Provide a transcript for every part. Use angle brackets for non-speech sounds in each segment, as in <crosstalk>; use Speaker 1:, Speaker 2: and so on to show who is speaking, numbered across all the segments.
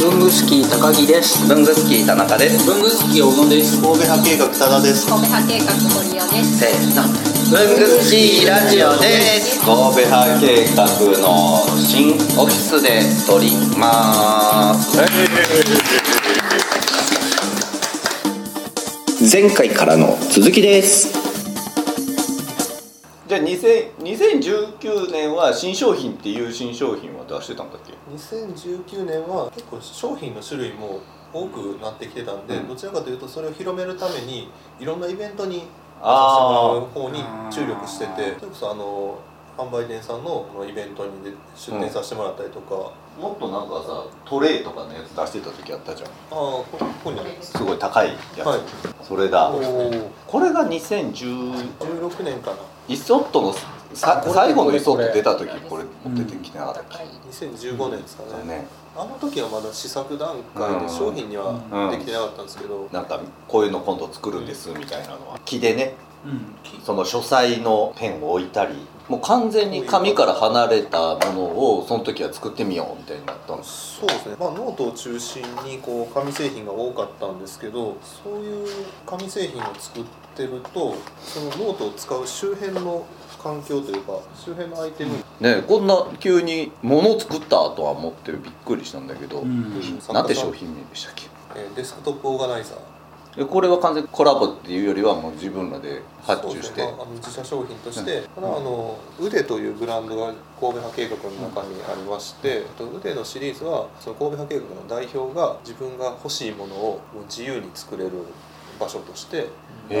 Speaker 1: 文具スキー高木です
Speaker 2: 文具スキー田中です
Speaker 1: 文具スキー小野です
Speaker 3: 神戸派計画多田です
Speaker 4: 神戸派計画堀尾です。
Speaker 2: せーの文具スキーラジオです
Speaker 3: 神戸派計画の
Speaker 2: 新オフィスで撮ります前回からの続きです
Speaker 3: じゃあ2000 2019年は新商品っていう新商品は出してたんだっけ
Speaker 5: 2019年は結構商品の種類も多くなってきてたんで、
Speaker 3: うん
Speaker 5: どちらかというとそれを広めるためにいろんなイベントに出させてもらう
Speaker 3: あ
Speaker 5: 方に注力しててそれこそあの販売店さんのあのイベントにで出店させてもらったりとか、あ
Speaker 3: あもっとなんかさトレイとかのやつ出してた時あったじゃん
Speaker 5: あこここにあります
Speaker 3: すごい高いやつ、
Speaker 5: はい
Speaker 3: それだ
Speaker 5: そうですね
Speaker 3: これが2010
Speaker 5: 16年かな
Speaker 3: イソットのさ
Speaker 1: これ
Speaker 3: 最後のイソッ
Speaker 1: こ
Speaker 3: ト
Speaker 1: れ
Speaker 3: 出た時これ出てきてなかったっけ、
Speaker 5: 2015年ですかね,、
Speaker 3: だね
Speaker 5: あの時はまだ試作段階で商品に
Speaker 3: う
Speaker 5: は
Speaker 3: ん
Speaker 5: できてなかったんですけど、
Speaker 3: なんかこういうの今度作るんですみたいなのは木でね
Speaker 1: うん
Speaker 3: その書斎のペンを置いたりもう完全に紙から離れたものをその時は作ってみようみたいになったんです
Speaker 5: そうですね、まあ、ノートを中心にこう紙製品が多かったんですけどそういう紙製品を作ってるとそのノートを使う周辺の環境というか周辺のアイテム
Speaker 3: ねえこんな急に物作ったとは思ってびっくりしたんだけど、
Speaker 1: うん
Speaker 3: なんて商品名でしたっけ
Speaker 5: えーデスクトップオーガナイザー
Speaker 3: でこれは完全にコラボっていうよりはもう自分らで発注し
Speaker 5: そう
Speaker 3: て
Speaker 5: ですねまああの自社商品として、これはあの腕というブランドが神戸派計画の中にありまして、と腕のシリーズはその神戸派計画の代表が自分が欲しいものをもう自由に作れる場所として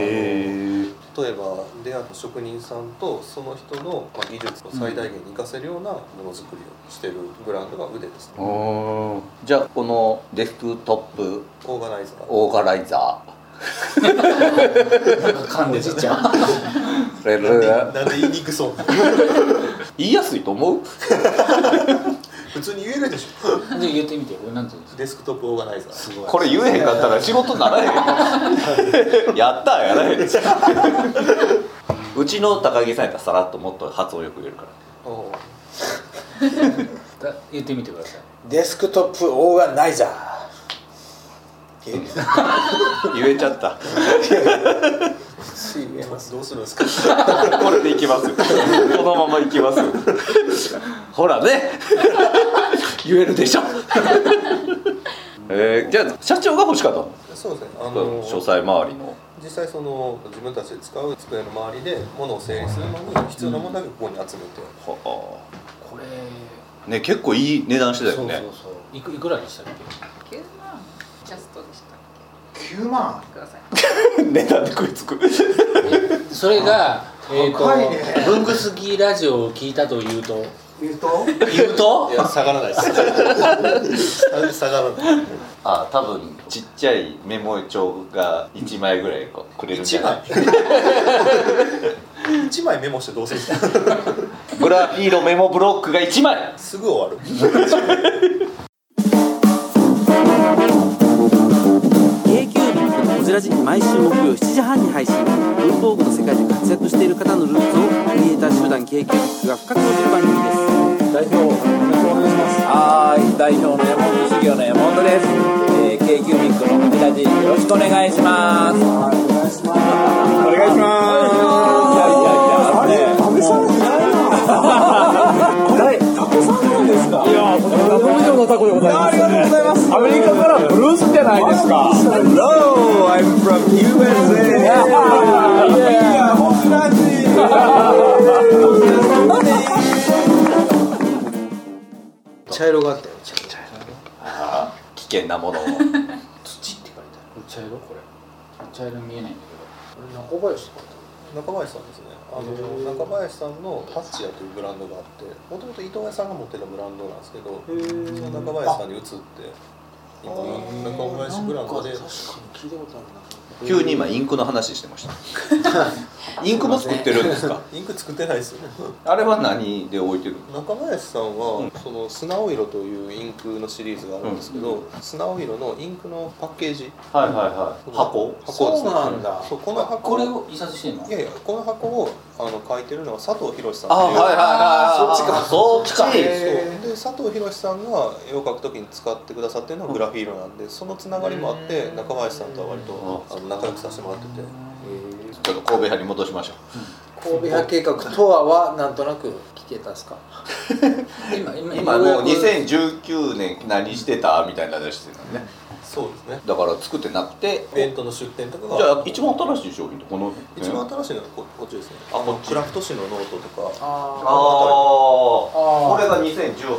Speaker 3: へえ
Speaker 5: 例えば出会った職人さんとその人のまあ技術を最大限に活かせるようなものづくりをしてるブランドが腕です、ね
Speaker 3: じゃあこのデスクトップ
Speaker 5: オーガナイザー
Speaker 3: オーガナイザ
Speaker 1: なんか噛んで <laughs> じちゃう
Speaker 3: ーレル
Speaker 5: なんで言いにくそう
Speaker 3: 言いやすいと思う
Speaker 5: 普通に言えるでし
Speaker 1: じゃあ言ってみてこれなんて言う
Speaker 5: ょ
Speaker 1: んですか
Speaker 5: デスクトップオーガナイザー
Speaker 1: すごい
Speaker 3: これ言えへんかったら仕事ならへんやったやらへんでしょうちの高木さんやったらさらっともっと発音よく言えるから
Speaker 5: おう
Speaker 1: だ言ってみてください
Speaker 6: デスクトップオーガナイザー
Speaker 3: 言えちゃった
Speaker 6: つい言えます
Speaker 5: どうするんですか
Speaker 3: これでいきますこのままいきますほらね言えるでしょえーじゃあ社長が欲しかったの
Speaker 5: そうですねあの
Speaker 3: 書斎周りの
Speaker 5: 実際その自分たちで使う机の周りで物を整理するのに必要なものだけここに集めて、
Speaker 3: は
Speaker 1: これ
Speaker 3: あね結構いい値段してたよね
Speaker 1: そうそうそういくいくらでしたっけ
Speaker 4: 九万ジャストでしたっけ。
Speaker 6: 9万
Speaker 4: くださ
Speaker 3: <laughs>
Speaker 4: い。
Speaker 3: 値段で食いつく
Speaker 1: それが、えー、
Speaker 6: 高いね
Speaker 1: と文具好きラジオを聞いたというと
Speaker 6: 言うと
Speaker 1: 言うと
Speaker 5: いや下がらないです <laughs> 下下がらない
Speaker 3: あ多分ちっちゃいメモ帳が1枚ぐらいこうくれるんじ
Speaker 5: 1
Speaker 3: ゃない
Speaker 5: 枚一枚メモしてどうするんですか
Speaker 3: グラフィーのメモブロックが1枚
Speaker 5: すぐ終わる
Speaker 7: こじらじ毎週木曜7時半に配信文房具の世界で活躍している方のルーツをクリエイター集団 KQ が深く掘る番組です
Speaker 6: 代表お願いしますはい代表の山本修行の山本です、えー、k q ミックのこちらじよろしくお願いしますお願いしますお願いしますいやいやいやあれ隠されてないなタコさんなんですかいやありがとうございますアメリカからブルースじゃないですか Hello I'm from USA Yeah, ホンダ
Speaker 1: 茶色があったよ茶色
Speaker 3: 危険なものを
Speaker 1: 土って書いてあるこれ茶色これ茶色に見えないんだけどこれ中林って書いて
Speaker 5: 中林さんですねあの中林さんのタッチアというブランドがあってもともと伊藤屋さんが持ってたブランドなんですけどその中林さんに移って今中林ブランドで
Speaker 1: 聞いたことあるな
Speaker 3: <laughs> 急に今インクの話してました <laughs> インクも作ってるんですか
Speaker 5: インク作ってないですよね
Speaker 3: <laughs> あれは何で置いてるの
Speaker 5: 中林さんは、その砂青色というインクのシリーズがあるんですけど、砂青色のインクのパッケージ
Speaker 3: はいはいは
Speaker 5: 箱
Speaker 3: 箱
Speaker 5: です
Speaker 6: そ
Speaker 5: ね
Speaker 6: うなんだ
Speaker 5: そうこの箱
Speaker 1: これを印刷してんの
Speaker 5: いやいやこの箱をあの書いてるのは佐藤博さん
Speaker 3: あ
Speaker 5: っていう
Speaker 3: はいはいはいはい
Speaker 5: そっちか
Speaker 3: そっちか
Speaker 5: そうで佐藤博さんが絵を描くときに使ってくださってるのがグラフィーロなんでそのつながりもあって中林さんとは割とあの仲良くさせてもらってて
Speaker 3: ちょっと神戸派に戻しましょ
Speaker 1: 神戸派計画とははなんとなく聞けたっすか <laughs> 今今
Speaker 3: う今もう
Speaker 1: ようやく
Speaker 3: 2019年何してたみたいな話してたのね
Speaker 5: そうですね
Speaker 3: だから作ってなくて
Speaker 5: イベントの出店とかが
Speaker 3: じゃあ一番新しい商品ってこの
Speaker 5: 一番新しいのはここっちですね
Speaker 3: あこっち
Speaker 5: クラフト紙のノートとか
Speaker 3: あ
Speaker 1: あ
Speaker 3: これが 2018?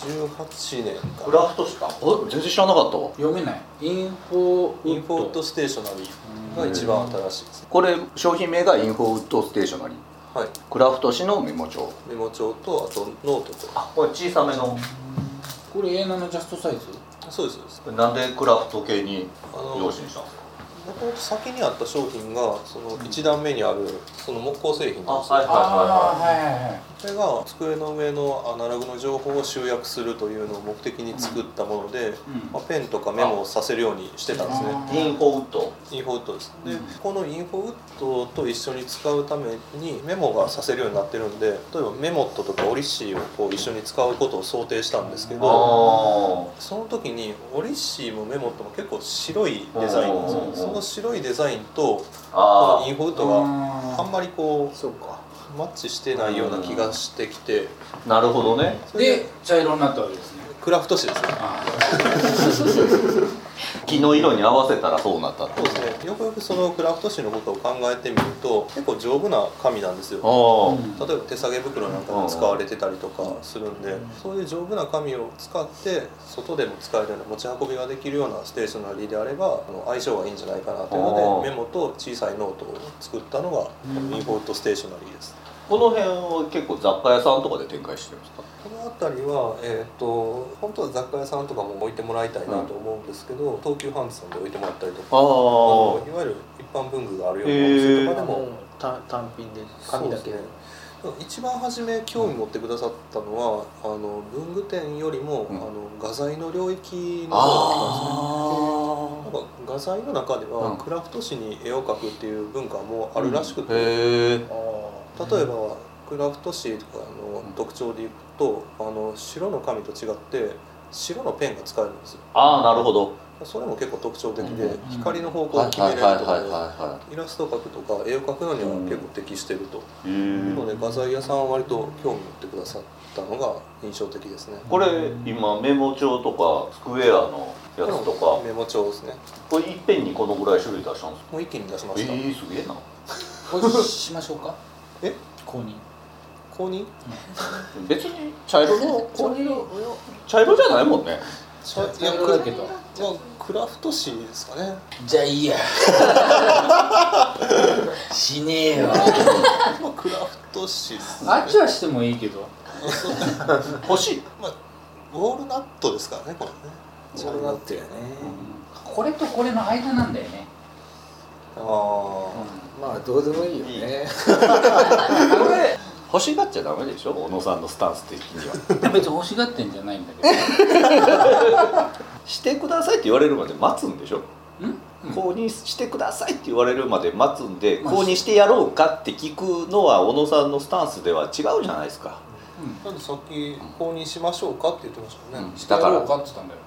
Speaker 5: 18年か
Speaker 3: クラフトしかお全然知らなかったわ
Speaker 1: ー読めないインフォ
Speaker 5: インフォートステーショナリーが一番新しいですね
Speaker 3: これ商品名がインフォウッドステーショナリー
Speaker 5: はい
Speaker 3: クラフト紙のメモ帳
Speaker 5: メモ帳とあとノートと
Speaker 3: あこれ小さめの
Speaker 1: これ A7 のジャストサイズ
Speaker 5: そうですそうです
Speaker 3: なんでクラフト系に
Speaker 5: あの
Speaker 3: 用心したんですか
Speaker 5: もともと先にあった商品がその1段目にあるその木工製品なんですよ
Speaker 3: はい
Speaker 1: ーはいはいはい
Speaker 5: それが机の上のアナログの情報を集約するというのを目的に作ったもので、
Speaker 1: ん
Speaker 5: まあ、ペンとかメモをさせるようにしてたんですね
Speaker 1: あ
Speaker 3: インフォウッド
Speaker 5: インフォウッドですでこのインフォウッドと一緒に使うためにメモがさせるようになってるんで例えばメモットとかオリッシーをこう一緒に使うことを想定したんですけど
Speaker 3: あ
Speaker 5: その時にオリッシーもメモットも結構白いデザインなんですよ
Speaker 3: うん
Speaker 5: その白いデザイン
Speaker 3: ー
Speaker 5: とこ
Speaker 3: あ
Speaker 5: のイ
Speaker 3: ー
Speaker 5: ンフォウッドがあんまりこうマッチしてないような気がしてきて
Speaker 3: なるほどね
Speaker 5: それ
Speaker 1: で茶色になったわけですね
Speaker 5: クラフト紙ですね
Speaker 1: あ
Speaker 3: 木の色に合わせたらそうなったって
Speaker 5: そうですねよくよくそのクラフト紙のことを考えてみると結構丈夫な紙なんですよ
Speaker 3: あ
Speaker 5: 例えば手提げ袋なんかに使われてたりとかするんでそういう丈夫な紙を使って外でも使えるような持ち運びができるようなステーショナリーであればあの相性がいいんじゃないかなというの
Speaker 3: あー
Speaker 5: でメモと小さいノートを作ったのがこのインフォートステーショナリーです
Speaker 3: この辺は結構雑貨屋さんとかで展開してるんですか
Speaker 5: この辺りは、えー、と本当は雑貨屋さんとかも置いてもらいたいなと思うんですけど、東急ハンズさんで置いてもらったりとか
Speaker 3: あ
Speaker 5: あ
Speaker 3: あ
Speaker 5: のいわゆる一般文具があるようなお店とかでも、
Speaker 1: 単単品で
Speaker 5: そうですね一番初め興味持ってくださったのは、あの文具店よりも、
Speaker 3: うん
Speaker 5: あの画材の領域の方
Speaker 3: あ
Speaker 5: なんか画材の中で
Speaker 3: うん
Speaker 5: はクラフト紙に絵を描くっていう文化もあるらしくて、
Speaker 3: あへえ
Speaker 5: 例えばクラフト紙とかの特徴でいくとあの白の紙と違って白のペンが使えるんですよ
Speaker 3: ああなるほど
Speaker 5: それも結構特徴的で、
Speaker 3: うん
Speaker 5: 光の方向
Speaker 3: は
Speaker 5: を
Speaker 3: い
Speaker 5: 決め
Speaker 3: は
Speaker 5: れ
Speaker 3: い
Speaker 5: る
Speaker 3: はい
Speaker 5: と
Speaker 3: はい
Speaker 5: か
Speaker 3: は
Speaker 5: でイラスト描くとか絵を描くのには結構適してると、
Speaker 3: いへえ
Speaker 5: なので画材屋さんは割と興味持ってくださったのが印象的ですね
Speaker 3: これ今メモ帳とかスクエアのやつとか
Speaker 5: メモ帳ですね
Speaker 3: これいっぺんにこのぐらい種類出したんですか
Speaker 5: もう一気に出しま
Speaker 3: え
Speaker 5: した、
Speaker 3: ー、すげえな
Speaker 1: これしましょうか
Speaker 5: え
Speaker 1: 公認
Speaker 5: 公認
Speaker 3: 別に茶色の
Speaker 1: 公認の
Speaker 3: 茶色じゃないもんね
Speaker 5: 茶いや
Speaker 1: 茶
Speaker 5: ク
Speaker 1: 色
Speaker 5: ラ
Speaker 1: だけど
Speaker 5: いやクラフト紙ですかね
Speaker 1: じゃあいいやしねえよ
Speaker 5: まあクラフト紙ですね
Speaker 1: あっちはしてもいいけど
Speaker 5: <laughs>
Speaker 3: 欲しい
Speaker 5: まあ、ウォールナットですからね、これね。
Speaker 1: それだってねこれとこれの間なんだよね
Speaker 5: あ
Speaker 8: まあどうでもいいよね
Speaker 3: 欲しがっちゃダメでしょ小野さんのスタンス的には
Speaker 1: 別に欲しがってんじゃないんだけど <laughs>
Speaker 3: してくださいって言われるまで待つんでしょ
Speaker 1: ん
Speaker 3: 公認してくださいって言われるまで待つんで
Speaker 1: まあ
Speaker 3: 公認してやろうかって聞くのは小野さんのスタンスでは違うじゃないですか
Speaker 5: あ。なんでさっき購入しましょうかって言ってましたよね。
Speaker 1: して
Speaker 3: だ
Speaker 1: や
Speaker 3: か
Speaker 1: ろう
Speaker 3: ら
Speaker 1: かって言ったんだよ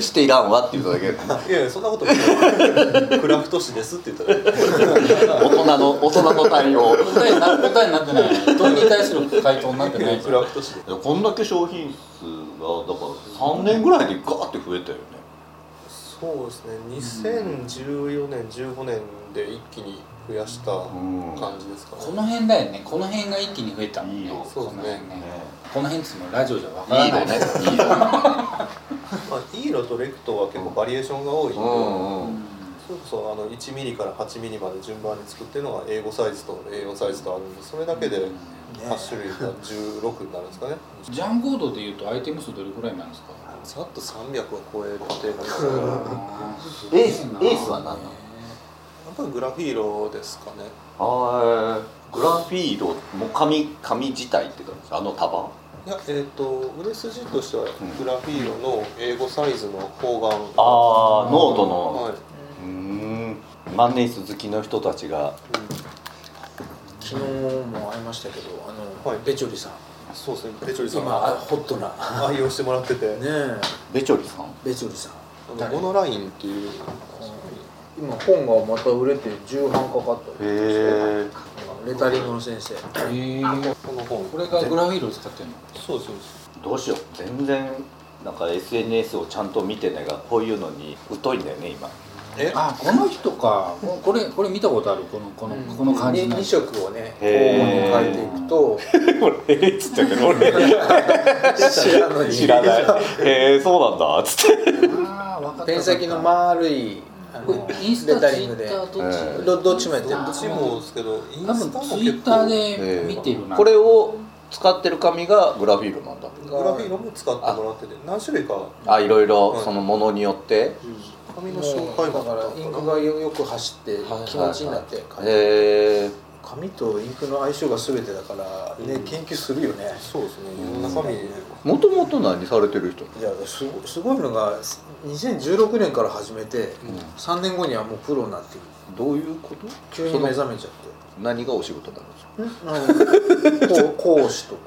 Speaker 3: していらんわって言っただけ
Speaker 5: いやいやそんなことない。クラフト紙ですって言ったら。
Speaker 3: 大人の大人の対応
Speaker 1: 答えな答えになってない問いに対する回答になってない
Speaker 5: クラフト紙で。
Speaker 3: こんだけ商品数がだから3年ぐらいでガーって増えたよね
Speaker 5: そうですね。2014年、15年で一気に増やした
Speaker 3: ん
Speaker 5: 感じですかね。
Speaker 1: この辺だよねこの辺が一気に増えたもんね
Speaker 3: いいよ
Speaker 1: この辺ね
Speaker 5: そう
Speaker 1: この辺っつってもラジオじゃわか
Speaker 3: い
Speaker 1: ら
Speaker 3: いの
Speaker 1: な
Speaker 3: ね
Speaker 1: い
Speaker 3: いいの
Speaker 5: まあ、イーロとレクトは結構バリエーションが多いんで。それこそあの1ミリから8ミリまで順番に作ってるのが A5 サイズと A4 サイズとあるんでそれだけで8種類が16になるんですかね
Speaker 1: ジャンゴードでいうとアイテム数どれくらいなんですか
Speaker 5: ざっと300は超える程度ですねやっ
Speaker 3: エースエースは何なの
Speaker 5: ぱりグラフィーロですかね
Speaker 3: あーグラフィードもう紙紙自体って感じあの束
Speaker 5: いやえっ、と売れ筋としてはグラフィーロの A5 サイズの方眼
Speaker 3: ああノートの
Speaker 5: はいう
Speaker 3: ーん万年筆好きの人たちが
Speaker 1: 昨日も会いましたけどあの、
Speaker 5: はい
Speaker 1: ベチョリさん
Speaker 5: そうですねペチョリさん
Speaker 1: 今
Speaker 5: が
Speaker 1: ホットな
Speaker 5: 愛用してもらってて、
Speaker 1: ねえ
Speaker 3: ベチョリさん
Speaker 1: ベチョリさん
Speaker 5: あのモノラインっていう
Speaker 1: 今本がまた売れて重版かかったよ
Speaker 3: へえ
Speaker 1: レタリングの先生
Speaker 5: この本
Speaker 8: これがグラフィールを使ってるの
Speaker 5: そうですそうです
Speaker 3: どうしよう全然なんか SNS をちゃんと見てないがこういうのに疎いんだよね今
Speaker 5: え
Speaker 8: あこの人かここれこれ見たことあるこのこのこの感じの
Speaker 1: 2色をね交
Speaker 3: へー
Speaker 1: 互に変えていくと
Speaker 3: 俺えーっつったけど <laughs> 俺
Speaker 1: 知らない
Speaker 3: 知らないへえそうなんだっつって
Speaker 8: あー分かった
Speaker 1: <laughs> ペン先の丸いあの
Speaker 8: インスタ
Speaker 1: レタ
Speaker 8: ツイ
Speaker 1: リング
Speaker 8: ッ
Speaker 1: で
Speaker 8: ターどっち、
Speaker 3: え
Speaker 1: どどっちもやってる
Speaker 5: どっちもですけどイン
Speaker 8: 多
Speaker 5: ス
Speaker 8: 分
Speaker 5: タも
Speaker 8: ツイ
Speaker 5: 結
Speaker 8: ッター
Speaker 5: 構
Speaker 8: で見てるな、
Speaker 3: <laughs> これを使ってる紙がグラフィールなんだ
Speaker 5: グラフィーのも使ってもらってて何種類か
Speaker 3: あいろいろそのものによって
Speaker 5: 紙の紹介
Speaker 1: もうだ
Speaker 5: も
Speaker 1: か
Speaker 5: あっ
Speaker 1: ら
Speaker 5: た
Speaker 1: イ
Speaker 5: の
Speaker 1: ン
Speaker 5: か
Speaker 1: ク
Speaker 5: な
Speaker 1: がよよく走って気持ちになって
Speaker 3: へえ
Speaker 1: 紙とインクの相性が全てだからね研究するよね
Speaker 5: そうですねいろんな紙
Speaker 3: もともと何されてる人
Speaker 1: いやすごすごいのが2016年から始めて3年後にはもうプロになってる
Speaker 3: どういうこと
Speaker 1: 急に目覚めちゃって
Speaker 3: 何がお仕事なんですか
Speaker 1: うんこう <laughs> 講師とか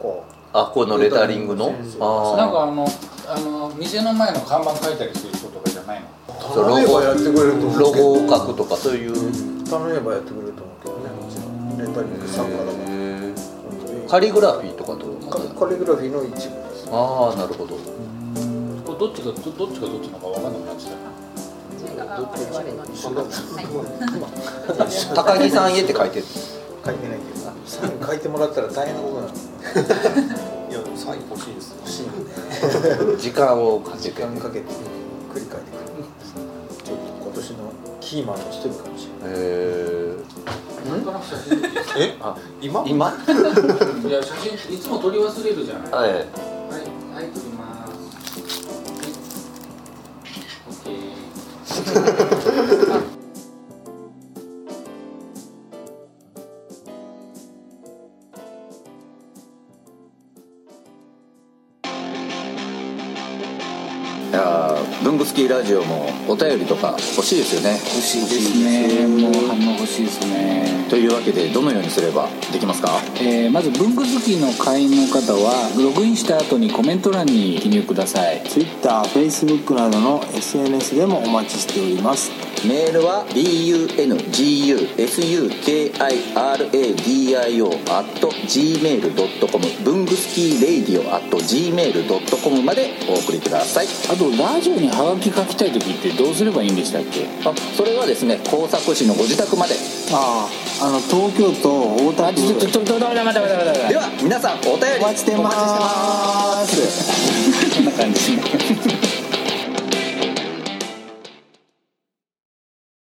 Speaker 3: あこのレタリングの
Speaker 1: レタリングの先生
Speaker 3: あ
Speaker 8: なん
Speaker 3: あ
Speaker 8: かあのあの店の前の看板書いたりする人とかじゃないの
Speaker 3: そう
Speaker 1: 頼めばやってくれると思
Speaker 3: ロ
Speaker 1: うけど
Speaker 3: ゴを書くとかそういう
Speaker 1: 頼めばやってくれると思うけどねもちろんレタリング作家だから
Speaker 3: カリグラフィーとかと
Speaker 1: カカリグラフィーの一部です
Speaker 3: ああなるほど
Speaker 8: これどっちがどどっちがどっちなのか分かんなくなっちゃった
Speaker 4: それが我々の
Speaker 1: 一緒だった
Speaker 3: 高木さんへって書いてる
Speaker 1: 書いてないけどサイン書いてもらったら大変なことなんです
Speaker 5: いやでもサイン欲しいですよ
Speaker 1: 欲しいよね
Speaker 3: 時間をかけ
Speaker 1: 時
Speaker 3: てへ
Speaker 1: 間かけて繰り返してくるちょっと今年のキーマンの一人かもしれない
Speaker 3: え
Speaker 8: なんとなく写真
Speaker 5: え今
Speaker 3: 今
Speaker 8: いや写真いつも撮り忘れるじゃないはい
Speaker 3: はい
Speaker 8: はい撮りますはい OK
Speaker 2: いやー文具好きラジオもお便りとか欲しいですよね
Speaker 7: 欲しいですねもう反応欲しいですね
Speaker 2: というわけでどのようにすればできますか
Speaker 7: えーまず文具好きの会員の方はログインした後にコメント欄に記入ください
Speaker 9: TwitterFacebook などの SNS でもお待ちしております
Speaker 2: メールは bungusukradio gmail.com 文具スキーレイディオ at gmail.com までお送りください
Speaker 7: あとラジオにハガキ書きたい時ってどうすればいいんでしたっけ
Speaker 2: あそれはですね工作士のご自宅まで
Speaker 9: あああの東京都大田区
Speaker 7: ちょちょちょダメだダメだダメだダメだ
Speaker 2: では皆さんお便り
Speaker 9: お待ちしてます
Speaker 2: お待ちしてます
Speaker 7: こんな感じ